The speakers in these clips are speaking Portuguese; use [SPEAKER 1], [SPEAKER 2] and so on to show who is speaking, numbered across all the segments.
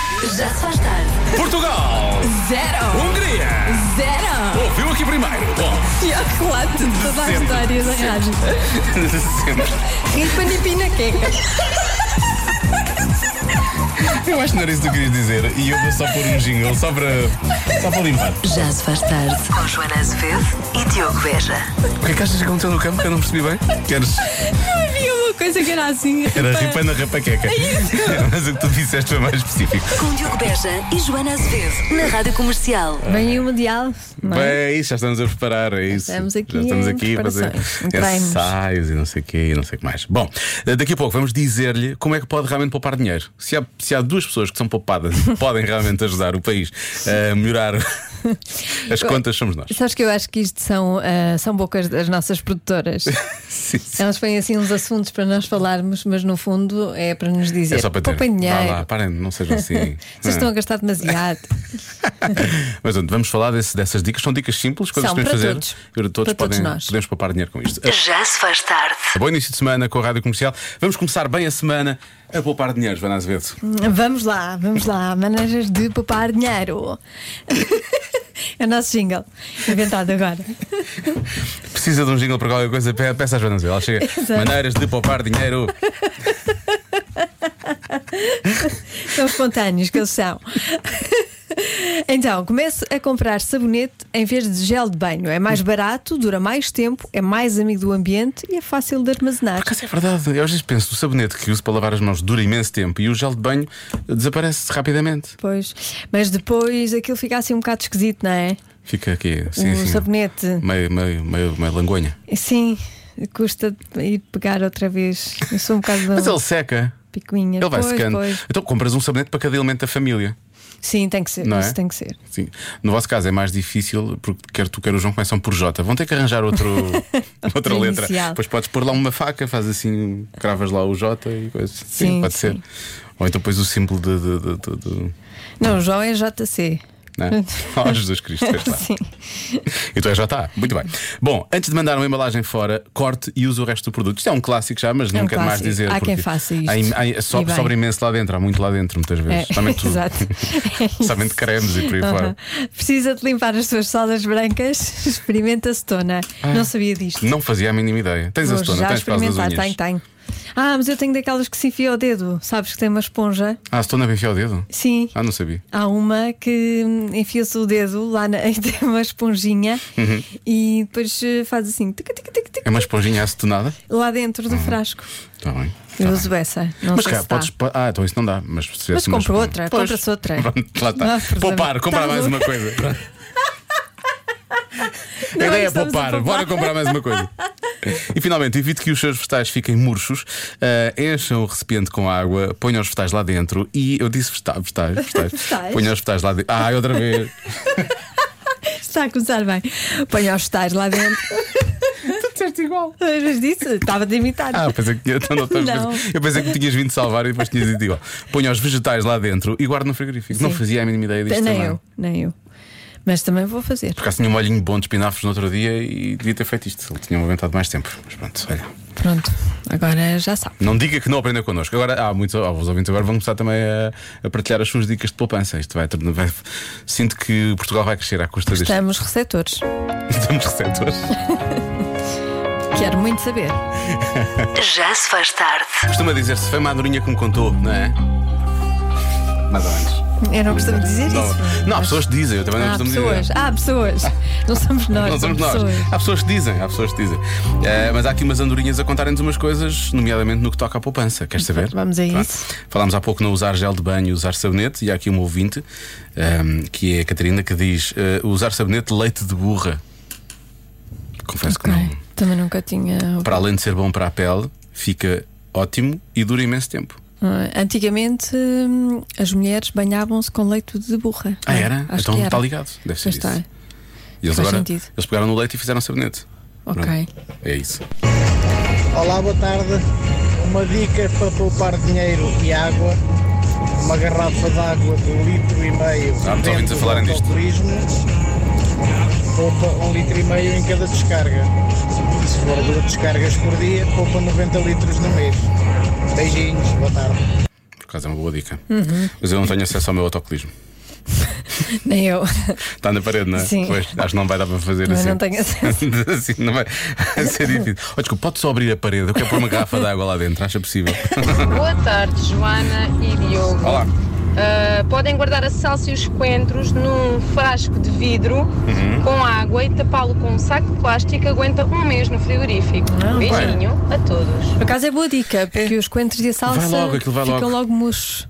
[SPEAKER 1] Já se faz tarde.
[SPEAKER 2] Portugal!
[SPEAKER 3] Zero!
[SPEAKER 2] Hungria!
[SPEAKER 3] Zero!
[SPEAKER 2] Ouviu aqui primeiro? Bom,
[SPEAKER 3] Pior relato de toda a
[SPEAKER 2] Sempre,
[SPEAKER 3] história da rádio.
[SPEAKER 2] sempre.
[SPEAKER 3] Ripa e é pinaqueca.
[SPEAKER 2] Eu acho que não era isso que tu querias dizer e eu vou só pôr um jingle, só para, só para limpar.
[SPEAKER 3] é?
[SPEAKER 1] Já se faz tarde. Com Joana Azevedo e Diogo Veja.
[SPEAKER 2] O que é que achas que aconteceu no campo que eu não percebi bem? Queres?
[SPEAKER 3] Não havia uma coisa que era assim.
[SPEAKER 2] Era
[SPEAKER 3] ripa-
[SPEAKER 2] ripa na rapaqueca. Mas o que tu disseste foi mais específico.
[SPEAKER 1] Com Diogo Beja e Joana Azevedo na Rádio Comercial.
[SPEAKER 4] Vem o Mundial, não é?
[SPEAKER 2] Bem, é isso, já estamos a preparar, é isso.
[SPEAKER 4] Estamos aqui
[SPEAKER 2] já estamos
[SPEAKER 4] em
[SPEAKER 2] aqui a fazer
[SPEAKER 4] preparações, em treinos.
[SPEAKER 2] ensaios e não sei o quê e não sei o que mais. Bom, eh, daqui a pouco vamos dizer-lhe como é que pode realmente poupar dinheiro. Se há, se há duas pessoas que são poupadas e podem realmente ajudar o país a melhorar as contas, somos nós.
[SPEAKER 4] Sabes que eu acho que isto são, ah, são bocas das nossas produtoras.
[SPEAKER 2] Sim, sim.
[SPEAKER 4] Elas põem assim uns assuntos para nós falarmos, mas no fundo é para nos dizer:
[SPEAKER 2] É só para ter.
[SPEAKER 4] poupem dinheiro.
[SPEAKER 2] Vá lá, parem, não sejam assim.
[SPEAKER 4] Vocês estão a gastar demasiado.
[SPEAKER 2] Mas pronto, vamos falar desse- dessas dicas. São dicas simples, coisas
[SPEAKER 4] São,
[SPEAKER 2] que podemos
[SPEAKER 4] para
[SPEAKER 2] fazer.
[SPEAKER 4] todos.
[SPEAKER 2] Eu-
[SPEAKER 4] Para todos
[SPEAKER 2] podem,
[SPEAKER 4] nós.
[SPEAKER 2] podemos poupar dinheiro com isto.
[SPEAKER 1] Já se faz tarde.
[SPEAKER 2] Bom início de semana com a Rádio Comercial. Vamos começar bem a semana a poupar dinheiro, Joana Azevedo.
[SPEAKER 4] vamos lá, vamos lá. Maneiras de poupar dinheiro. é o nosso jingle, inventado agora.
[SPEAKER 2] Precisa de um jingle para qualquer coisa, pe- peça à Joana Azevedo. Ela chega.
[SPEAKER 4] Exato.
[SPEAKER 2] Maneiras de poupar dinheiro.
[SPEAKER 4] São espontâneos que eles são. Então, comece a comprar sabonete em vez de gel de banho. É mais barato, dura mais tempo, é mais amigo do ambiente e é fácil de armazenar.
[SPEAKER 2] Por acaso é verdade. Eu às vezes penso, o sabonete que uso para lavar as mãos dura imenso tempo e o gel de banho desaparece rapidamente.
[SPEAKER 4] Pois, mas depois aquilo fica assim um bocado esquisito, não é?
[SPEAKER 2] Fica aqui, sim,
[SPEAKER 4] o
[SPEAKER 2] sim.
[SPEAKER 4] sabonete.
[SPEAKER 2] Meio, meio, meio, meio langonha.
[SPEAKER 4] Sim, custa ir pegar outra vez. Eu sou um bocado
[SPEAKER 2] Mas
[SPEAKER 4] de
[SPEAKER 2] ele seca,
[SPEAKER 4] picuinha.
[SPEAKER 2] ele vai
[SPEAKER 4] Pois,
[SPEAKER 2] secando.
[SPEAKER 4] pois.
[SPEAKER 2] Então compras um sabonete para cada elemento da família.
[SPEAKER 4] Sim, tem que ser.
[SPEAKER 2] Não é?
[SPEAKER 4] isso tem que ser.
[SPEAKER 2] Sim. No vosso caso é mais difícil porque quer tu, quer o João começam por J. Vão ter que arranjar outro, outra
[SPEAKER 4] Outra
[SPEAKER 2] letra.
[SPEAKER 4] inicial.
[SPEAKER 2] Depois podes pôr lá uma faca, faz assim, cravas lá o J e coisas. Sim,
[SPEAKER 4] Sim,
[SPEAKER 2] pode
[SPEAKER 4] sim.
[SPEAKER 2] ser. Ou então pões o símbolo de. de, de, de, de-
[SPEAKER 4] Não, o João é JC.
[SPEAKER 2] não é? Oh, Jesus Cristo, fez lá.
[SPEAKER 4] Sim.
[SPEAKER 2] E tu é JA. Muito bem. Bom, antes de mandar uma embalagem fora, corte e use o resto do produto. Isto é um clássico já, mas não
[SPEAKER 4] um
[SPEAKER 2] quero mais
[SPEAKER 4] clássico.
[SPEAKER 2] dizer.
[SPEAKER 4] Há
[SPEAKER 2] porque
[SPEAKER 4] quem faça isto.
[SPEAKER 2] há im- há- so-
[SPEAKER 4] E bem.
[SPEAKER 2] sobra imenso lá dentro, há muito lá dentro, muitas vezes.
[SPEAKER 4] É,
[SPEAKER 2] Somente tudo.
[SPEAKER 4] exato. É isso.
[SPEAKER 2] Somente cremes e por aí fora.
[SPEAKER 4] Aham. Precisa de limpar as tuas salas brancas? Experimenta acetona.
[SPEAKER 2] Ah,
[SPEAKER 4] Não sabia disto.
[SPEAKER 2] Não fazia a mínima ideia. Tens a
[SPEAKER 4] Vou
[SPEAKER 2] acetona,
[SPEAKER 4] já
[SPEAKER 2] tens por causa das
[SPEAKER 4] experimentar, tá,
[SPEAKER 2] unhas.
[SPEAKER 4] tenho, tenho. Ah, mas eu tenho daquelas que se enfia ao dedo. Sabes que tem uma esponja?
[SPEAKER 2] Ah, acetona para enfiar o dedo?
[SPEAKER 4] Sim.
[SPEAKER 2] Ah, não sabia.
[SPEAKER 4] Há uma que hum, enfia-se o dedo lá na, e tem uma esponjinha e depois eh, faz assim tic, tic, tic, tic,
[SPEAKER 2] Uhum. É uma esponjinha acetonada?
[SPEAKER 4] lá dentro do frasco.
[SPEAKER 2] Está bem.
[SPEAKER 4] Eu
[SPEAKER 2] tá bem.
[SPEAKER 4] uso essa. Não
[SPEAKER 2] Mas
[SPEAKER 4] sei
[SPEAKER 2] cá,
[SPEAKER 4] se
[SPEAKER 2] podes.
[SPEAKER 4] dá.
[SPEAKER 2] pa- Ah, então isso não dá. Mas, se
[SPEAKER 4] Mas
[SPEAKER 2] tivesse uma
[SPEAKER 4] compra
[SPEAKER 2] esponja-
[SPEAKER 4] outra,
[SPEAKER 2] Pois.
[SPEAKER 4] compra-se outra.
[SPEAKER 2] Pronto, lá
[SPEAKER 4] Não
[SPEAKER 2] está.
[SPEAKER 4] há problema.
[SPEAKER 2] Poupar, comprar
[SPEAKER 4] Tá
[SPEAKER 2] mais
[SPEAKER 4] louco.
[SPEAKER 2] uma coisa.
[SPEAKER 4] Não,
[SPEAKER 2] a ideia é
[SPEAKER 4] estamos a
[SPEAKER 2] poupar. bora comprar mais uma coisa. E finalmente, evite que os seus vegetais fiquem murchos, ah, encham o recipiente com água, ponham os vegetais lá dentro e eu disse vegeta- vegetais, vegetais,
[SPEAKER 4] Vegetais?
[SPEAKER 2] Ponham os vegetais lá dentro. Ai, outra vez.
[SPEAKER 4] Está a começar bem. Põe os tais lá dentro. tu disseste igual. Mas disse, estava a imitar.
[SPEAKER 2] Ah, pensei que, então não estamos-
[SPEAKER 4] Não.
[SPEAKER 2] Eu pensei que tinhas vindo salvar e depois tinhas dito igual. Ponha os vegetais lá dentro e guarda no frigorífico. Não
[SPEAKER 4] Sim.
[SPEAKER 2] fazia a mínima ideia disto.
[SPEAKER 4] nem
[SPEAKER 2] também.
[SPEAKER 4] eu, nem eu. Mas também vou fazer.
[SPEAKER 2] Por acaso tinha um olhinho bom de espinafres no outro dia e devia ter feito isto. Ele tinha inventado mais tempo. Mas pronto, olha.
[SPEAKER 4] Pronto, agora já sabe.
[SPEAKER 2] Não diga que não aprendeu connosco. Agora, há muitos ah, os ouvintes agora vão começar também a, a partilhar as suas dicas de poupança. Isto vai, tornar- vai- Sinto que Portugal vai crescer à custa deste.
[SPEAKER 4] Estamos receptores.
[SPEAKER 2] Estamos receptores.
[SPEAKER 4] Quero muito saber.
[SPEAKER 1] Já se faz tarde.
[SPEAKER 2] Costuma dizer-se, foi uma andorinha que me contou, não é? Mais ou menos.
[SPEAKER 4] Eu não costumo dizer isso.
[SPEAKER 2] Não, não há
[SPEAKER 4] mas-
[SPEAKER 2] pessoas que dizem, eu também não
[SPEAKER 4] Há
[SPEAKER 2] costumo dizer.
[SPEAKER 4] pessoas, há pessoas. Não somos nós.
[SPEAKER 2] Não somos nós.
[SPEAKER 4] pessoas.
[SPEAKER 2] Há pessoas que dizem, há pessoas que dizem. Eh, mas há aqui umas andorinhas a contarem-nos umas coisas, nomeadamente no que toca à poupança. Queres saber?
[SPEAKER 4] Vamos a
[SPEAKER 2] Pronto.
[SPEAKER 4] Então, é isso.
[SPEAKER 2] Falámos há pouco não usar gel de banho e usar sabonete, e há aqui uma ouvinte, ehm, que é a Catarina, que diz eh, usar sabonete leite de burra. Confesso que não.
[SPEAKER 4] Ok. Também nunca tinha.
[SPEAKER 2] Para além de ser bom para a pele, fica ótimo e dura imenso tempo.
[SPEAKER 4] Ah, Antigamente hum, as mulheres banhavam-se com leite de burra.
[SPEAKER 2] Ah, era?
[SPEAKER 4] Acho
[SPEAKER 2] então
[SPEAKER 4] que era.
[SPEAKER 2] está ligado. Deve ser
[SPEAKER 4] Pois
[SPEAKER 2] isso.
[SPEAKER 4] está.
[SPEAKER 2] E eles
[SPEAKER 4] Faz
[SPEAKER 2] agora
[SPEAKER 4] sentido.
[SPEAKER 2] eles pegaram no leite e fizeram sabonete.
[SPEAKER 4] Ok.
[SPEAKER 2] Pronto. É isso.
[SPEAKER 5] Olá, boa tarde. Uma dica para poupar dinheiro e água. Uma garrafa de água de um litro e meio
[SPEAKER 2] Ah, muitos ouvintes
[SPEAKER 5] dentro
[SPEAKER 2] a falarem
[SPEAKER 5] do
[SPEAKER 2] disto.
[SPEAKER 5] turismo. Poupa um litro e meio em cada descarga. Se for duas descargas por dia, poupa 90 litros no mês. Beijinhos, boa tarde.
[SPEAKER 2] Por acaso é uma boa dica.
[SPEAKER 4] Uhum.
[SPEAKER 2] Mas eu não tenho acesso ao meu autocolismo.
[SPEAKER 4] Nem eu.
[SPEAKER 2] Está na parede, não é?
[SPEAKER 4] Sim.
[SPEAKER 2] Pois, acho que não vai dar para fazer
[SPEAKER 4] Mas
[SPEAKER 2] assim.
[SPEAKER 4] não tenho acesso.
[SPEAKER 2] assim não vai vai ser difícil. Oh, desculpa, pode só abrir a parede. Eu quero pôr uma garrafa de água lá dentro. Acha possível?
[SPEAKER 6] Boa tarde, Joana e Diogo.
[SPEAKER 2] Olá.
[SPEAKER 6] Ah, podem guardar a salsa e os coentros num frasco de vidro com água e tapá-lo com um saco de plástico que aguenta um mês no frigorífico. Beijinho a todos.
[SPEAKER 4] Por acaso é boa dica, porque os coentros e a salsa
[SPEAKER 2] Vai logo, aquilo vai
[SPEAKER 4] ficam
[SPEAKER 2] logo.
[SPEAKER 4] logo, murchos.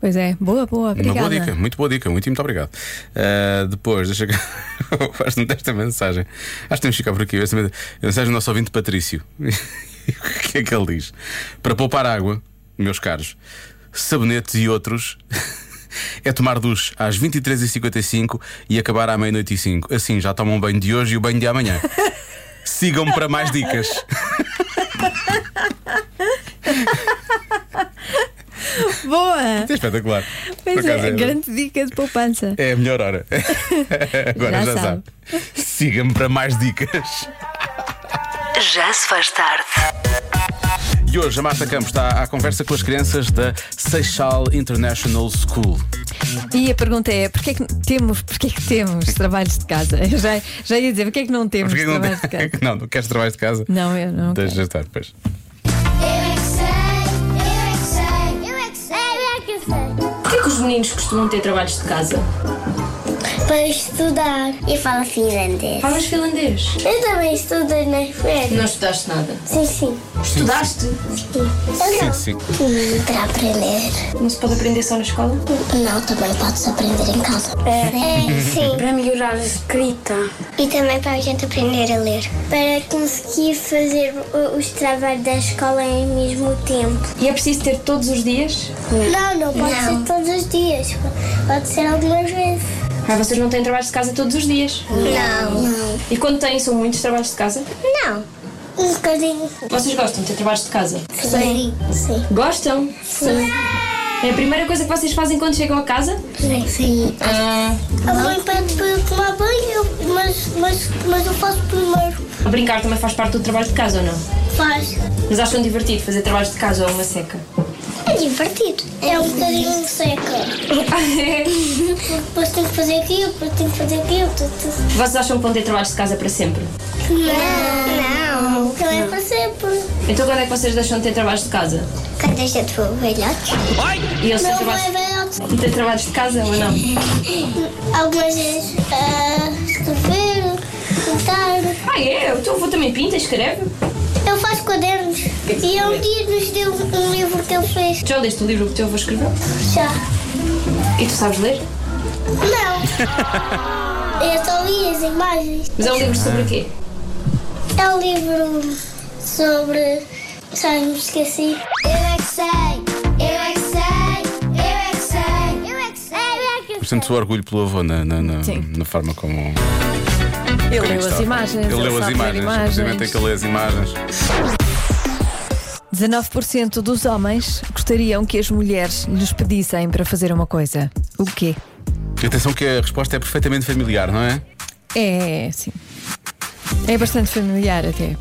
[SPEAKER 4] Pois é, boa, boa. Obrigada.
[SPEAKER 2] Uma boa dica, muito boa dica, muito, e muito obrigado. Ah, depois, deixa que. Faz-me desta mensagem. Acho que temos que ficar por aqui. Esta men- a mensagem do nosso ouvinte Patrício. o que é que ele diz? Para poupar água, meus caros, sabonetes e outros. É tomar duche às 23h55 e acabar à meia-noite e 5. Assim já tomam banho de hoje e o banho de amanhã. Sigam-me para mais dicas.
[SPEAKER 4] Boa!
[SPEAKER 2] É espetacular. Por
[SPEAKER 4] Pois
[SPEAKER 2] acaso
[SPEAKER 4] é,
[SPEAKER 2] é-
[SPEAKER 4] grande dica de poupança.
[SPEAKER 2] É a melhor hora. Agora já,
[SPEAKER 4] Já
[SPEAKER 2] sabe.
[SPEAKER 4] sabe.
[SPEAKER 2] Siga-me para mais dicas.
[SPEAKER 1] Já se faz tarde.
[SPEAKER 2] E hoje a Marta Campos está à conversa com as crianças da Seixal International School.
[SPEAKER 4] E a pergunta é: porquê é que temos, porquê é que temos trabalhos de casa? Eu já, já ia dizer, porquê é que não temos
[SPEAKER 2] Porquê que não,
[SPEAKER 4] trabalhos de
[SPEAKER 2] tem...
[SPEAKER 4] casa?
[SPEAKER 2] não, não queres trabalhos de casa?
[SPEAKER 4] Não, eu não.
[SPEAKER 2] Deixa estar, pois.
[SPEAKER 7] Porquê que os meninos costumam ter trabalhos de casa?
[SPEAKER 8] Para estudar. E falo É finlandês.
[SPEAKER 7] Falas finlandês.
[SPEAKER 8] Eu também estudei na escola.
[SPEAKER 7] Não estudaste nada.
[SPEAKER 8] Sim, sim.
[SPEAKER 7] Estudaste?
[SPEAKER 8] Eu não.
[SPEAKER 2] Sim, sim.
[SPEAKER 8] Hum, Para aprender.
[SPEAKER 7] Não se pode aprender só na escola?
[SPEAKER 8] Não, também podes aprender em casa. É, sim. Para melhorar a escrita. E também para a gente aprender a ler. Para conseguir fazer o- os trabalhos da escola em mesmo tempo.
[SPEAKER 7] E é preciso ter todos os dias?
[SPEAKER 8] Não, não pode ser todos os dias. Pode ser algumas vezes.
[SPEAKER 7] Ah, vocês não têm trabalhos de casa todos os dias.
[SPEAKER 8] Não. Não.
[SPEAKER 7] E quando têm, são muitos trabalhos de casa?
[SPEAKER 8] Não. Um bocadinho.
[SPEAKER 7] Vocês gostam de ter trabalhos de casa?
[SPEAKER 8] Sim. Sim.
[SPEAKER 7] Gostam?
[SPEAKER 8] Sim.
[SPEAKER 7] É a primeira coisa que vocês fazem quando chegam a casa?
[SPEAKER 8] Sim. sim. A mãe pede para eu tomar banho, mas, mas, mas eu faço primeiro.
[SPEAKER 7] A brincar também faz parte do trabalho de casa ou não?
[SPEAKER 8] Faz.
[SPEAKER 7] Mas acham divertido fazer trabalhos de casa ou uma seca?
[SPEAKER 8] É divertido. É um bocadinho seca. Depois tenho que fazer aquilo, depois tenho que fazer aquilo.
[SPEAKER 7] Vocês acham que vão ter trabalhos de casa para sempre?
[SPEAKER 8] Não. Não. Não é para sempre.
[SPEAKER 7] Então quando é que vocês deixam de ter trabalhos de casa?
[SPEAKER 8] Quando a gente for velhote.
[SPEAKER 7] E eles têm
[SPEAKER 8] Não vai
[SPEAKER 7] trabalhos,
[SPEAKER 8] velhote.
[SPEAKER 7] têm trabalhos de casa ou não?
[SPEAKER 8] Algumas vezes ah, escrever, pintar.
[SPEAKER 7] Ah, é? O teu avô também pinta, escreve?
[SPEAKER 8] Eu faço cadernos. E há um dia nos deu um livro que ele fez.
[SPEAKER 7] Já leste o livro que o teu avô escreveu?
[SPEAKER 8] Já.
[SPEAKER 7] E tu sabes ler?
[SPEAKER 8] Não. Eu só li as imagens.
[SPEAKER 7] Mas é um livro sobre o quê?
[SPEAKER 8] É um livro sobre. Já me esqueci. Eu é que sei, eu é que sei, eu é que sei, eu é que sei, eu é que sei.
[SPEAKER 2] Portanto, o orgulho pelo avô na, na, na,
[SPEAKER 4] Sim.
[SPEAKER 2] na forma como.
[SPEAKER 4] Ele leu as imagens.
[SPEAKER 2] Ele leu as
[SPEAKER 4] sabe ler
[SPEAKER 2] imagens. Precisamente é que ele lê as imagens.
[SPEAKER 4] 19% dos homens gostariam que as mulheres lhes pedissem para fazer uma coisa. O quê?
[SPEAKER 2] E atenção que a resposta é perfeitamente familiar, não é?
[SPEAKER 4] É, sim. É bastante familiar até.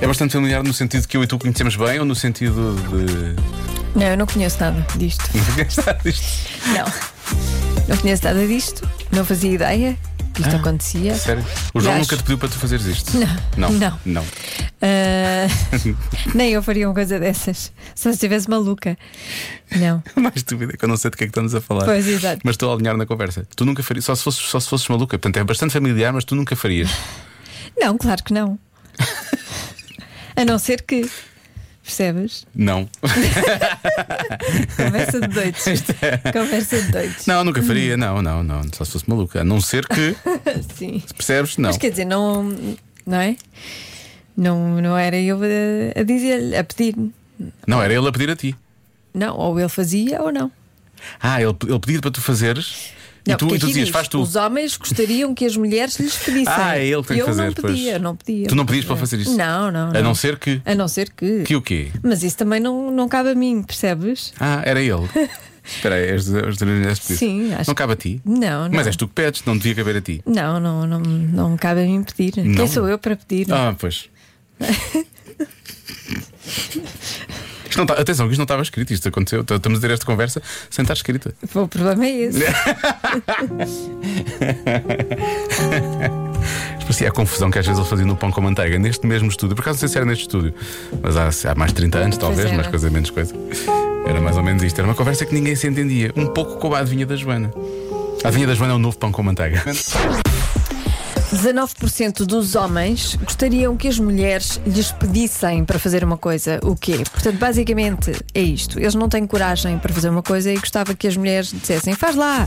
[SPEAKER 2] É bastante familiar no sentido que eu e tu conhecemos bem ou no sentido de.
[SPEAKER 4] Não, eu não conheço nada disto. Não. Não conheço nada disto. Não fazia ideia que
[SPEAKER 2] Ah.
[SPEAKER 4] isto acontecia.
[SPEAKER 2] Sério? O João
[SPEAKER 4] Aliás-
[SPEAKER 2] nunca te pediu para tu fazeres isto?
[SPEAKER 4] Não.
[SPEAKER 2] Não.
[SPEAKER 4] Não.
[SPEAKER 2] Não.
[SPEAKER 4] Ah, nem eu faria uma coisa dessas. Se eu estivesse maluca. Não.
[SPEAKER 2] mais dúvida que eu não sei do que é que estamos a falar.
[SPEAKER 4] Pois, exato.
[SPEAKER 2] Mas estou a alinhar na conversa. Tu nunca farias, só se fosses, só se fosses maluca. Portanto, é bastante familiar, mas tu nunca farias.
[SPEAKER 4] Não, claro que não. A não ser que. Percebes?
[SPEAKER 2] Não.
[SPEAKER 4] Conversa de doidos. Conversa de doidos.
[SPEAKER 2] Não, nunca faria. Não, não, não. Só se fosse maluca. A não ser que.
[SPEAKER 4] Sim.
[SPEAKER 2] Percebes? Não.
[SPEAKER 4] Mas quer dizer, não. Não é? Não, não era eu a, a dizer-lhe, a pedir-me.
[SPEAKER 2] Não, era ele a pedir a ti.
[SPEAKER 4] Não, ou ele fazia ou não.
[SPEAKER 2] Ah, ele, ele pedia para tu fazeres.
[SPEAKER 4] Não,
[SPEAKER 2] e tu,
[SPEAKER 4] porque
[SPEAKER 2] e tu
[SPEAKER 4] aqui
[SPEAKER 2] dizias,
[SPEAKER 4] diz,
[SPEAKER 2] faz tu.
[SPEAKER 4] Os homens gostariam que as mulheres lhes pedissem.
[SPEAKER 2] Ah, é ele que tem que
[SPEAKER 4] eu
[SPEAKER 2] fazer,
[SPEAKER 4] não pedia,
[SPEAKER 2] pois.
[SPEAKER 4] não pedia.
[SPEAKER 2] Tu não pedias para fazer isso?
[SPEAKER 4] Não, não. é?
[SPEAKER 2] A não ser que.
[SPEAKER 4] A não ser que.
[SPEAKER 2] Que o quê?
[SPEAKER 4] Mas isso também não, não cabe a mim, percebes?
[SPEAKER 2] Ah, era ele. Espera aí, és das mulheres que pediste.
[SPEAKER 4] Sim, acho que-
[SPEAKER 2] Não cabe a ti.
[SPEAKER 4] Não, não.
[SPEAKER 2] Mas és tu que pedes, não devia caber a ti.
[SPEAKER 4] Não, não, não, não Ah. cabe a mim pedir.
[SPEAKER 2] Não?
[SPEAKER 4] Quem sou eu para pedir?
[SPEAKER 2] Ah, pois. Isto não tá- atenção, que isto não estava escrito, isto aconteceu. T- Estamos a ter esta conversa sem estar escrita.
[SPEAKER 4] O problema é esse.
[SPEAKER 2] Mas parecia a confusão que às vezes eles faziam no pão com manteiga, neste mesmo estúdio. Por acaso não sei se era neste estúdio, mas há, há mais de 30 anos, talvez,
[SPEAKER 4] era.
[SPEAKER 2] mais coisa, menos coisa. Era mais ou menos isto. Era uma conversa que ninguém se entendia. Um pouco como a adivinha da Joana. A adivinha da Joana é um novo pão com manteiga.
[SPEAKER 4] 19% dos homens gostariam que as mulheres lhes pedissem para fazer uma coisa. O quê? Portanto, basicamente é isto. Eles não têm coragem para fazer uma coisa e gostava que as mulheres dissessem: faz lá.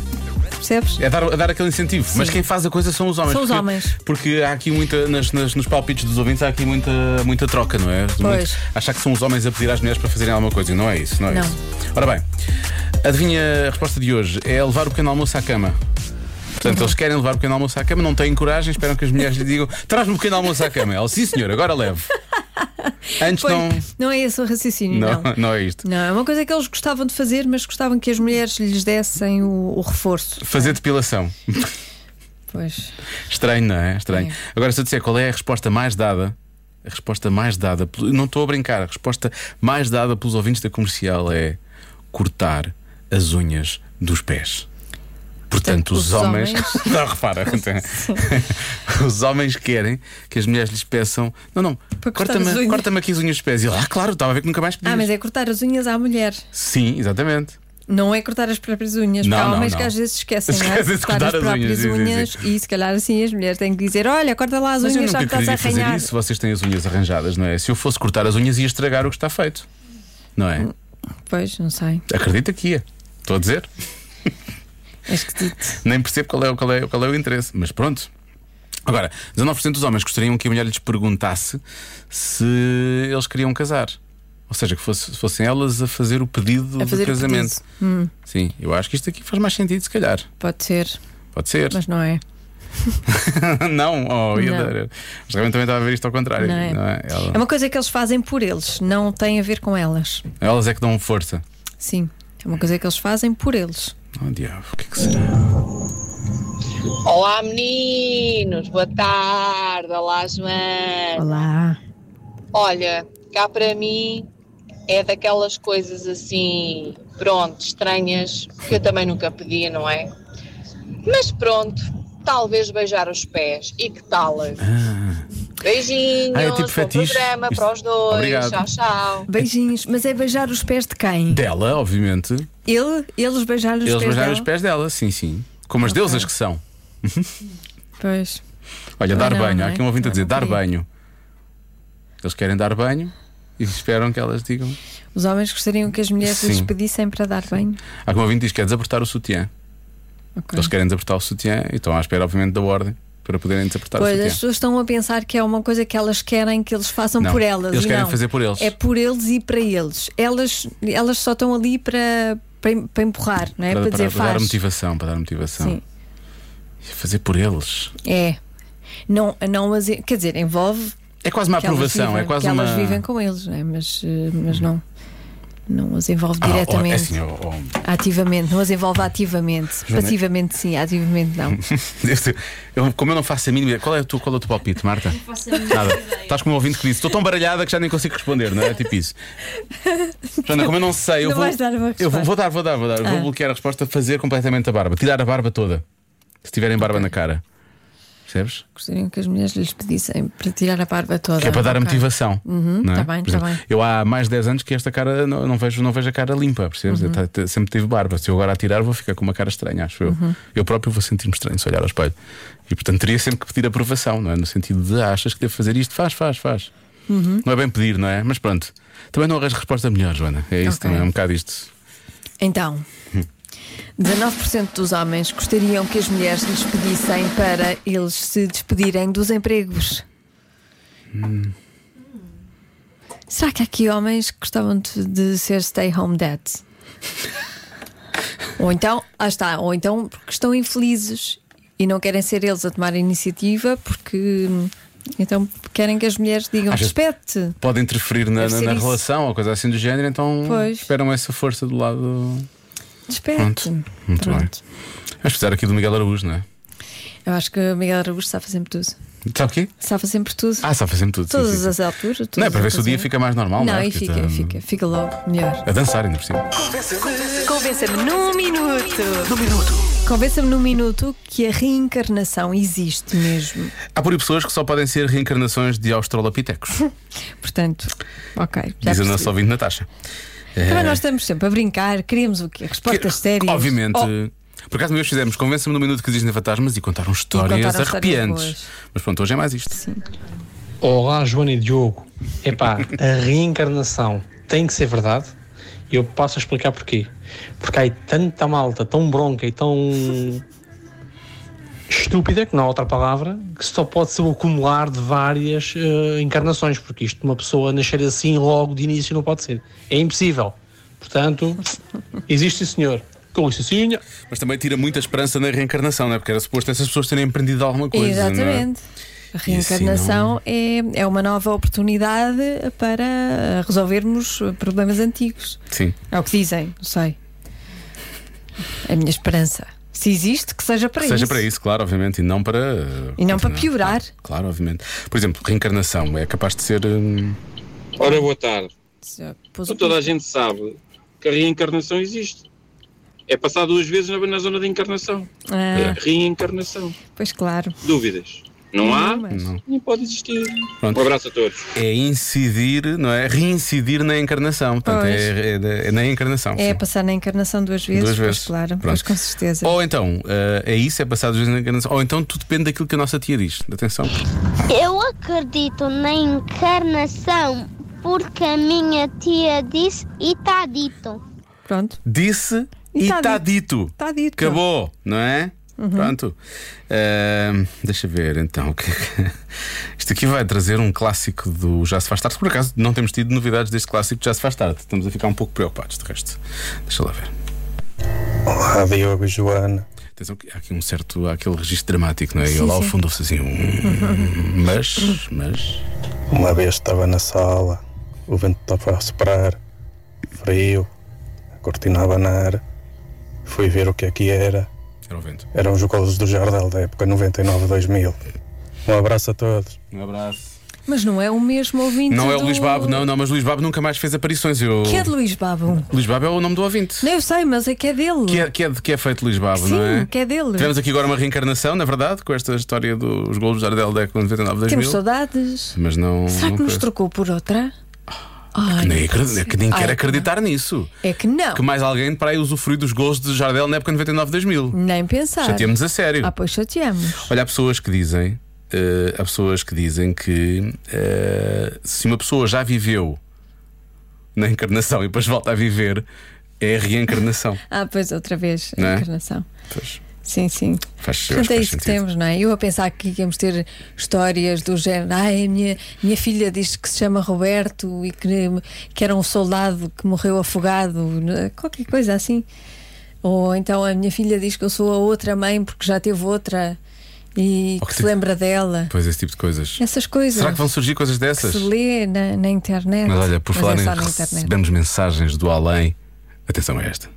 [SPEAKER 4] Percebes?
[SPEAKER 2] É dar, dar aquele incentivo. Mas quem faz a coisa são os homens.
[SPEAKER 4] São os
[SPEAKER 2] porque,
[SPEAKER 4] homens.
[SPEAKER 2] Porque há aqui muita, nas, nas- nos palpites dos ouvintes, há aqui muita, muita troca, não é? Muito- achar que são os homens a pedir às mulheres para fazerem alguma coisa. E Não é isso, não é
[SPEAKER 4] Não.
[SPEAKER 2] isso. Ora bem, adivinha a resposta de hoje? É levar o pequeno almoço à cama. Portanto, eles querem levar o pequeno almoço à cama, não têm coragem, esperam que as mulheres lhe digam: traz-me o pequeno almoço à cama. Ela, sim senhor, agora levo. Antes
[SPEAKER 4] Pois,
[SPEAKER 2] não.
[SPEAKER 4] não é esse o raciocínio,
[SPEAKER 2] Não,
[SPEAKER 4] não.
[SPEAKER 2] não, é isto.
[SPEAKER 4] Não, é uma coisa que eles gostavam de fazer, mas gostavam que as mulheres lhes dessem o, o reforço.
[SPEAKER 2] Fazer depilação.
[SPEAKER 4] Pois.
[SPEAKER 2] Estranho, não é? Estranho.
[SPEAKER 4] É.
[SPEAKER 2] Agora, se eu disser qual é a resposta mais dada, a resposta mais dada, pelo- não estou a brincar, a resposta mais dada pelos ouvintes da comercial é cortar as unhas dos pés.
[SPEAKER 4] Portanto,
[SPEAKER 2] Portanto, os,
[SPEAKER 4] os
[SPEAKER 2] homens.
[SPEAKER 4] homens-
[SPEAKER 2] não, repara. os homens querem que as mulheres lhes peçam: não, não,
[SPEAKER 4] Para cortar as
[SPEAKER 2] corta-me
[SPEAKER 4] unhas.
[SPEAKER 2] corta aqui as unhas dos pés. E lá, claro, estava a ver que nunca mais pedias.
[SPEAKER 4] Ah, mas é cortar as unhas à mulher.
[SPEAKER 2] Sim, exatamente.
[SPEAKER 4] Não é cortar as próprias unhas,
[SPEAKER 2] Não,
[SPEAKER 4] porque há
[SPEAKER 2] não,
[SPEAKER 4] homens
[SPEAKER 2] não.
[SPEAKER 4] que às vezes esquecem não é?
[SPEAKER 2] Esquecem de cortar as
[SPEAKER 4] as próprias
[SPEAKER 2] unhas, sim, sim,
[SPEAKER 4] unhas e se calhar assim as mulheres têm que dizer: Olha, corta lá as
[SPEAKER 2] Mas eu
[SPEAKER 4] unhas, já
[SPEAKER 2] nunca
[SPEAKER 4] que estás a
[SPEAKER 2] queria fazer
[SPEAKER 4] arranhar.
[SPEAKER 2] isso. Vocês têm as unhas arranjadas, não é? Se eu fosse cortar as unhas, ia estragar o que está feito. Não
[SPEAKER 4] Hum.
[SPEAKER 2] é?
[SPEAKER 4] Pois, não sei.
[SPEAKER 2] Acredita que ia. Estou a dizer.
[SPEAKER 4] É esquisito.
[SPEAKER 2] Nem percebo qual é, o- qual, é, qual é o interesse. Mas pronto. Agora, 19% dos homens gostariam que a mulher lhes perguntasse se eles queriam casar. Ou seja, que fosse- fossem elas a fazer o pedido
[SPEAKER 4] A fazer
[SPEAKER 2] de
[SPEAKER 4] o
[SPEAKER 2] casamento. Sim, eu acho que isto aqui faz mais sentido, se calhar.
[SPEAKER 4] Pode ser,
[SPEAKER 2] Pode ser.
[SPEAKER 4] mas não é.
[SPEAKER 2] não, oh, ia
[SPEAKER 4] Não.
[SPEAKER 2] dar. Mas realmente também estava a ver isto ao contrário.
[SPEAKER 4] Não é?
[SPEAKER 2] não é? Ela-
[SPEAKER 4] É uma coisa que eles fazem por eles, não tem a ver com elas.
[SPEAKER 2] Elas é que dão força.
[SPEAKER 4] Sim, é uma coisa que eles fazem por eles.
[SPEAKER 2] Oh, diabo, o que é que será?
[SPEAKER 6] Olá meninos, boa tarde, olá Joana.
[SPEAKER 4] Olá.
[SPEAKER 6] Olha, cá para mim é daquelas coisas assim, pronto, estranhas, que eu também nunca pedi, não é? Mas pronto, talvez beijar os pés. E que tal? Beijinhos,
[SPEAKER 2] Ah, é tipo
[SPEAKER 6] bom
[SPEAKER 2] fetiche?
[SPEAKER 6] programa
[SPEAKER 2] Isto-
[SPEAKER 6] para os dois.
[SPEAKER 2] Obrigado.
[SPEAKER 6] Tchau, tchau.
[SPEAKER 4] Beijinhos, mas é beijar os pés de quem?
[SPEAKER 2] Dela, obviamente.
[SPEAKER 4] Ele, eles beijaram os
[SPEAKER 2] Eles
[SPEAKER 4] pés
[SPEAKER 2] beijaram
[SPEAKER 4] dela?
[SPEAKER 2] os pés dela, sim, sim. Como as deusas que são.
[SPEAKER 4] Pois.
[SPEAKER 2] Olha, dar
[SPEAKER 4] não,
[SPEAKER 2] banho.
[SPEAKER 4] não
[SPEAKER 2] Há
[SPEAKER 4] é?
[SPEAKER 2] aqui um ouvinte a
[SPEAKER 4] Eu
[SPEAKER 2] dizer
[SPEAKER 4] não
[SPEAKER 2] dar
[SPEAKER 4] queria.
[SPEAKER 2] banho. Eles querem dar banho e esperam que elas digam.
[SPEAKER 4] Os homens gostariam que as mulheres lhes
[SPEAKER 2] Sim.
[SPEAKER 4] pedissem para dar banho.
[SPEAKER 2] Há aqui um ouvinte que diz que quer desapertar o sutiã.
[SPEAKER 4] Ok.
[SPEAKER 2] Eles querem desapertar o sutiã e estão à espera, obviamente, da ordem para poderem desapertar
[SPEAKER 4] Pois,
[SPEAKER 2] o
[SPEAKER 4] as
[SPEAKER 2] sutiã.
[SPEAKER 4] pessoas estão a pensar que é uma coisa que elas querem que eles façam
[SPEAKER 2] Não,
[SPEAKER 4] por elas.
[SPEAKER 2] eles
[SPEAKER 4] e
[SPEAKER 2] querem
[SPEAKER 4] não.
[SPEAKER 2] fazer por eles.
[SPEAKER 4] É por eles e para eles. Elas, elas só estão ali para, para, em- para empurrar, não é? Para,
[SPEAKER 2] para,
[SPEAKER 4] dizer
[SPEAKER 2] para dar um
[SPEAKER 4] faz.
[SPEAKER 2] motivação, para dar motivação.
[SPEAKER 4] Sim.
[SPEAKER 2] E Fazer por eles.
[SPEAKER 4] É. Não, não as, quer dizer, envolve
[SPEAKER 2] É quase uma
[SPEAKER 4] que elas
[SPEAKER 2] aprovação,
[SPEAKER 4] vivem,
[SPEAKER 2] é quase
[SPEAKER 4] que
[SPEAKER 2] uma.
[SPEAKER 4] elas vivem com eles, não é? mas, eh, mas não. Não as envolve
[SPEAKER 2] Ah, ó, é
[SPEAKER 4] diretamente,
[SPEAKER 2] assim, ó, ó,
[SPEAKER 4] ativamente, não as envolve ativamente. Passivamente sim, ativamente não.
[SPEAKER 2] Deve ser. Eu- como eu não faço a mínima ideia, qual é o teu, qual é o teu palpite, Marta? Não faço a Nada. Estás com um ouvinte que disse: Estou tão baralhada que já nem consigo responder, não é? Tipo isso. Joana, como eu não sei, eu,
[SPEAKER 4] Não
[SPEAKER 2] vou,
[SPEAKER 4] vais dar uma
[SPEAKER 2] eu vou,
[SPEAKER 4] resposta. Ah.
[SPEAKER 2] vou dar, vou dar, vou dar. Vou bloquear a resposta, fazer completamente a barba, tirar a barba toda. Se tiverem barba na cara. Percebes?
[SPEAKER 4] Gostariam que as mulheres lhes pedissem para tirar a barba toda.
[SPEAKER 2] Que é para dar a
[SPEAKER 4] Ok.
[SPEAKER 2] motivação. não é?
[SPEAKER 4] tá bem,
[SPEAKER 2] Por
[SPEAKER 4] tá
[SPEAKER 2] exemplo,
[SPEAKER 4] bem.
[SPEAKER 2] Eu há mais de 10 anos que esta cara não, não vejo, não vejo a cara limpa, percebes?
[SPEAKER 4] Uhum.
[SPEAKER 2] Eu ta- ta- sempre tive barba. Se eu agora atirar, vou ficar com uma cara estranha, acho eu.
[SPEAKER 4] Uhum.
[SPEAKER 2] Eu próprio vou sentir-me estranho se olhar ao espelho. E portanto teria sempre que pedir aprovação, não é? No sentido de "Ah, achas que devo fazer isto, faz, faz, faz.
[SPEAKER 4] Uhum.
[SPEAKER 2] Não é bem pedir, não é? Mas pronto. Também não arranjo resposta melhor, Joana. É isso
[SPEAKER 4] Ok.
[SPEAKER 2] também, é um bocado isto.
[SPEAKER 4] Então, 19% dos homens gostariam que as mulheres lhes pedissem para eles se despedirem dos empregos. Será que há aqui homens que gostavam de, de ser stay home dad? ou então, ah está, ou então porque estão infelizes e não querem ser eles a tomar a iniciativa porque hum, então querem que as mulheres digam
[SPEAKER 2] Às vezes-
[SPEAKER 4] despede-te.
[SPEAKER 2] Pode interferir na,
[SPEAKER 4] Deve
[SPEAKER 2] na-
[SPEAKER 4] ser
[SPEAKER 2] na
[SPEAKER 4] isso.
[SPEAKER 2] relação ou coisa assim do género, então
[SPEAKER 4] Pois.
[SPEAKER 2] esperam essa força do lado.
[SPEAKER 4] Despede-te.
[SPEAKER 2] Pronto. Muito bem. Vamos precisar aqui do Miguel Araújo, não é?
[SPEAKER 4] Eu acho que o Miguel Araújo sabe fazer tudo.
[SPEAKER 2] Sabe o quê?
[SPEAKER 4] Safa sempre tudo.
[SPEAKER 2] Ah, sabe fazer-me tudo. sim, sim,
[SPEAKER 4] todas
[SPEAKER 2] sim.
[SPEAKER 4] as alturas. todas
[SPEAKER 2] Não é para
[SPEAKER 4] as
[SPEAKER 2] ver se o dia
[SPEAKER 4] ocasiões.
[SPEAKER 2] fica mais normal, não,
[SPEAKER 4] Não,
[SPEAKER 2] é?
[SPEAKER 4] e
[SPEAKER 2] Porque
[SPEAKER 4] fica,
[SPEAKER 2] está-
[SPEAKER 4] fica, fica logo melhor.
[SPEAKER 2] A dançar ainda por cima.
[SPEAKER 3] Convença-me num minuto.
[SPEAKER 4] Convença-me num minuto que a reencarnação existe mesmo.
[SPEAKER 2] Há por aí pessoas que só podem ser reencarnações de australopitecos,
[SPEAKER 4] Portanto, ok. já
[SPEAKER 2] diz a nossa
[SPEAKER 4] percebi.
[SPEAKER 2] ouvinte Natasha.
[SPEAKER 4] Também nós estamos sempre a brincar, queremos o quê? Respostas sérias.
[SPEAKER 2] Obviamente.
[SPEAKER 4] Oh,
[SPEAKER 2] Por acaso, uma vez fizemos Convença-me no Minuto que existem fantasmas e contaram histórias
[SPEAKER 4] contaram histórias
[SPEAKER 2] arrepiantes.
[SPEAKER 4] boas.
[SPEAKER 2] Mas pronto, hoje é mais isto.
[SPEAKER 9] Olá, Joana e Diogo. Epá, a reencarnação tem que ser verdade e eu passo a explicar porquê. Porque há tanta malta, tão bronca e tão estúpida, que não há outra palavra, que só pode ser o acumular de várias eh, encarnações, porque isto, uma pessoa nascer assim logo de início não pode ser. É impossível. Portanto, existe sim, senhor. Com licencinha.
[SPEAKER 2] Mas também tira muita esperança na reencarnação, não é? Porque era suposto essas pessoas terem aprendido alguma coisa. não é?
[SPEAKER 4] Exatamente. A
[SPEAKER 2] E assim
[SPEAKER 4] reencarnação é, é uma nova oportunidade para resolvermos problemas antigos.
[SPEAKER 2] Sim.
[SPEAKER 4] É o que dizem, não sei. É a minha esperança. Se existe, que seja para
[SPEAKER 2] Que
[SPEAKER 4] isso.
[SPEAKER 2] Seja para isso, claro, obviamente, e não para.
[SPEAKER 4] E não
[SPEAKER 2] continuar.
[SPEAKER 4] para piorar.
[SPEAKER 2] Claro, obviamente. Por exemplo, reencarnação é capaz de ser. hum,
[SPEAKER 10] Ora, boa tarde.
[SPEAKER 4] Já pus o
[SPEAKER 10] Como toda a gente sabe que a reencarnação existe. É passar duas vezes na, na zona de encarnação.
[SPEAKER 4] Ah,
[SPEAKER 10] Reencarnação.
[SPEAKER 4] pois claro.
[SPEAKER 10] Dúvidas? Não há?
[SPEAKER 4] Mas-
[SPEAKER 10] Nem pode existir.
[SPEAKER 2] Pronto.
[SPEAKER 10] Um abraço a todos.
[SPEAKER 2] É incidir, não é? Reincidir na encarnação. Portanto,
[SPEAKER 4] Pois.
[SPEAKER 2] é, é- é na encarnação.
[SPEAKER 4] É
[SPEAKER 2] sim.
[SPEAKER 4] passar na encarnação duas vezes,
[SPEAKER 2] Duas
[SPEAKER 4] pois
[SPEAKER 2] vezes.
[SPEAKER 4] claro,
[SPEAKER 2] Pronto.
[SPEAKER 4] mas com certeza.
[SPEAKER 10] Oh,
[SPEAKER 2] Ou então, eh, é isso, é passar duas vezes na encarnação. Ou então tudo depende daquilo que a nossa tia diz. Atenção.
[SPEAKER 8] Eu é acredito na encarnação porque a minha tia disse e está dito.
[SPEAKER 4] Pronto,
[SPEAKER 2] Disse
[SPEAKER 4] E
[SPEAKER 2] e
[SPEAKER 4] tá
[SPEAKER 2] está dito.
[SPEAKER 4] está dito. Uhum.
[SPEAKER 2] Acabou, não é? Pronto. Ahm, deixa ver então. o que é que- Isto aqui vai trazer um clássico do Já se faz tarde. Por acaso não temos tido novidades deste clássico de Já se faz tarde. Estamos a ficar um pouco preocupados de resto. Deixa lá ver.
[SPEAKER 11] Olá, Diogo e Joana.
[SPEAKER 2] Atenção, que há aqui um certo, há aquele registro dramático, não é? e lá ao fundo ouve-se assim. Um... Mas, mas.
[SPEAKER 11] Uma vez estava na sala, o vento estava a soprar, frio, a cortina a abanar. Fui ver o que é que era.
[SPEAKER 2] Era o vento.
[SPEAKER 11] Eram os golos do Jardel da época 99-2000. Um abraço a todos.
[SPEAKER 2] Um abraço.
[SPEAKER 4] Mas não é o mesmo ouvinte.
[SPEAKER 2] Não é o
[SPEAKER 4] do-
[SPEAKER 2] Luís Babo, não, não, mas Luís Babo nunca mais fez aparições. Eu...
[SPEAKER 4] Que é de Luís Babo?
[SPEAKER 2] Luís Babo é o nome do ouvinte.
[SPEAKER 4] Não, eu sei, mas é que é dele.
[SPEAKER 2] Que é, que é, de- que é feito Luís Babo,
[SPEAKER 4] Sim,
[SPEAKER 2] não é?
[SPEAKER 4] que é dele.
[SPEAKER 2] Tivemos aqui agora uma reencarnação, na verdade, com esta história dos golos da Ardel da década de 99 2000
[SPEAKER 4] Temos saudades.
[SPEAKER 2] Mas não.
[SPEAKER 4] Será que
[SPEAKER 2] não
[SPEAKER 4] nos
[SPEAKER 2] coisa.
[SPEAKER 4] trocou por outra? Ai,
[SPEAKER 2] nem, acredito- é que nem
[SPEAKER 4] Ai,
[SPEAKER 2] quero acreditar nisso.
[SPEAKER 4] É que não.
[SPEAKER 2] Que mais alguém para aí usufruir dos golos de Jardel na época de 99-2000.
[SPEAKER 4] Nem pensar.
[SPEAKER 2] Chateamos a sério.
[SPEAKER 4] Ah, pois chateamos.
[SPEAKER 2] Olha, há pessoas que dizem. eh, há pessoas que dizem que eh, se uma pessoa já viveu na encarnação e depois volta a viver, é a reencarnação.
[SPEAKER 4] Ah, pois outra vez,
[SPEAKER 2] Não é?
[SPEAKER 4] a encarnação.
[SPEAKER 2] Pois,
[SPEAKER 4] Sim, sim.
[SPEAKER 2] faz, eu acho
[SPEAKER 4] Portanto,
[SPEAKER 2] que
[SPEAKER 4] é
[SPEAKER 2] faz
[SPEAKER 4] isso que
[SPEAKER 2] sentido.
[SPEAKER 4] temos, não é? Eu a pensar que íamos ter histórias do género. Ai, a minha, minha filha diz que se chama Roberto e que, que era um soldado que morreu afogado, né? qualquer coisa assim. Ou então a minha filha diz que eu sou a outra mãe porque já teve outra e que
[SPEAKER 2] Ou que
[SPEAKER 4] se
[SPEAKER 2] teve-
[SPEAKER 4] lembra dela.
[SPEAKER 2] Pois, esse tipo de coisas.
[SPEAKER 4] Essas coisas
[SPEAKER 2] Será que vão surgir coisas
[SPEAKER 4] que
[SPEAKER 2] dessas?
[SPEAKER 4] se lê na, na internet.
[SPEAKER 2] Mas olha, por
[SPEAKER 4] Mas
[SPEAKER 2] falar
[SPEAKER 4] é
[SPEAKER 2] em
[SPEAKER 4] só na internet.
[SPEAKER 2] recebemos mensagens do além. Atenção a esta.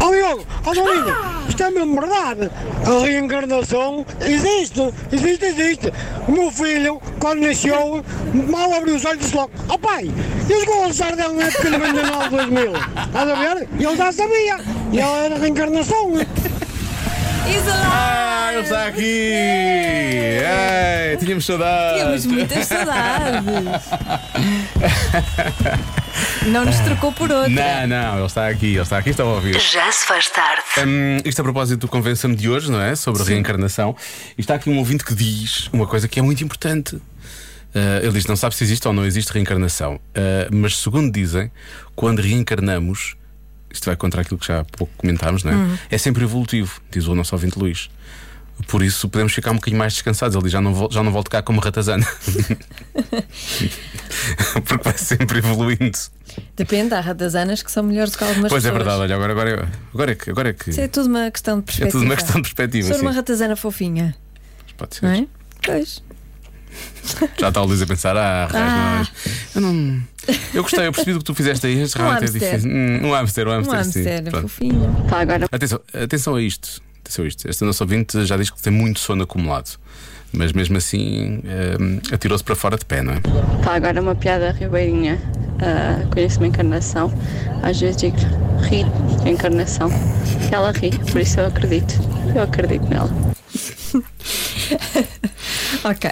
[SPEAKER 5] Ó Diogo, ó Joaninha, um isto é mesmo verdade. A reencarnação existe, existe, existe. O meu filho, quando nasceu, mal abriu os olhos e disse logo: Ó pai, e os gols de Sardel na época de 99 2000? Estás a ver? E ele já sabia. E ela era a reencarnação. né?
[SPEAKER 2] Ah, ele está aqui! Ei, tínhamos saudades!
[SPEAKER 4] Temos muitas saudades. Não nos trocou por outra.
[SPEAKER 2] Não, não, ele está aqui, ele está aqui, estão a ouvir.
[SPEAKER 1] Já se faz tarde.
[SPEAKER 2] Hum, isto a propósito do Convença-me de hoje, não é? Sobre a reencarnação. E está aqui um ouvinte que diz uma coisa que é muito importante. Ah, ele diz: não sabe se existe ou não existe reencarnação. Ah, mas, segundo dizem, quando reencarnamos, isto vai contra aquilo que já há pouco comentámos, não é?
[SPEAKER 4] Uhum.
[SPEAKER 2] É sempre evolutivo, diz o nosso ouvinte Luís. Por isso podemos ficar um bocadinho mais descansados. Ele diz: já não, vol- já não volto cá como ratazana. Porque vai sempre evoluindo.
[SPEAKER 4] Depende, há ratazanas que são melhores do que algumas
[SPEAKER 2] Pois é
[SPEAKER 4] pessoas.
[SPEAKER 2] verdade, olha, agora, agora, agora é que. Agora é que...
[SPEAKER 4] Isso é tudo uma questão de
[SPEAKER 2] É
[SPEAKER 4] perspectiva.
[SPEAKER 2] tudo uma questão de perspectiva.
[SPEAKER 4] Se for
[SPEAKER 2] sim.
[SPEAKER 4] uma ratazana fofinha,
[SPEAKER 2] Pode ser.
[SPEAKER 4] não é? Pois.
[SPEAKER 2] Já está o Luís a pensar, ah, raios,
[SPEAKER 4] Ah.
[SPEAKER 2] nós. Eu não. Eu gostei, eu percebi do que tu fizeste aí. Este
[SPEAKER 4] Um
[SPEAKER 2] realmente é
[SPEAKER 4] hamster.
[SPEAKER 2] difícil. Hum, Um hamster, um
[SPEAKER 4] Um
[SPEAKER 2] hamster, sim.
[SPEAKER 4] hamster
[SPEAKER 2] Pronto.
[SPEAKER 4] fofinho.
[SPEAKER 2] Atenção, atenção a isto. Atenção a isto. Esta nossa ouvinte já diz que tem muito sono acumulado. Mas mesmo assim eh, atirou-se para fora de pé, não é?
[SPEAKER 8] Pá, agora uma piada ribeirinha. Ah, Conheço-me a encarnação. Às vezes digo, ri, a encarnação. Ela ri, por isso eu acredito. Eu acredito nela.
[SPEAKER 4] ok.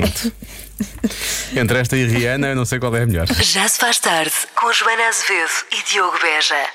[SPEAKER 2] Entre esta e Rihanna, eu não sei qual é a melhor.
[SPEAKER 1] Já se faz tarde com Joana Azevedo e Diogo Beja.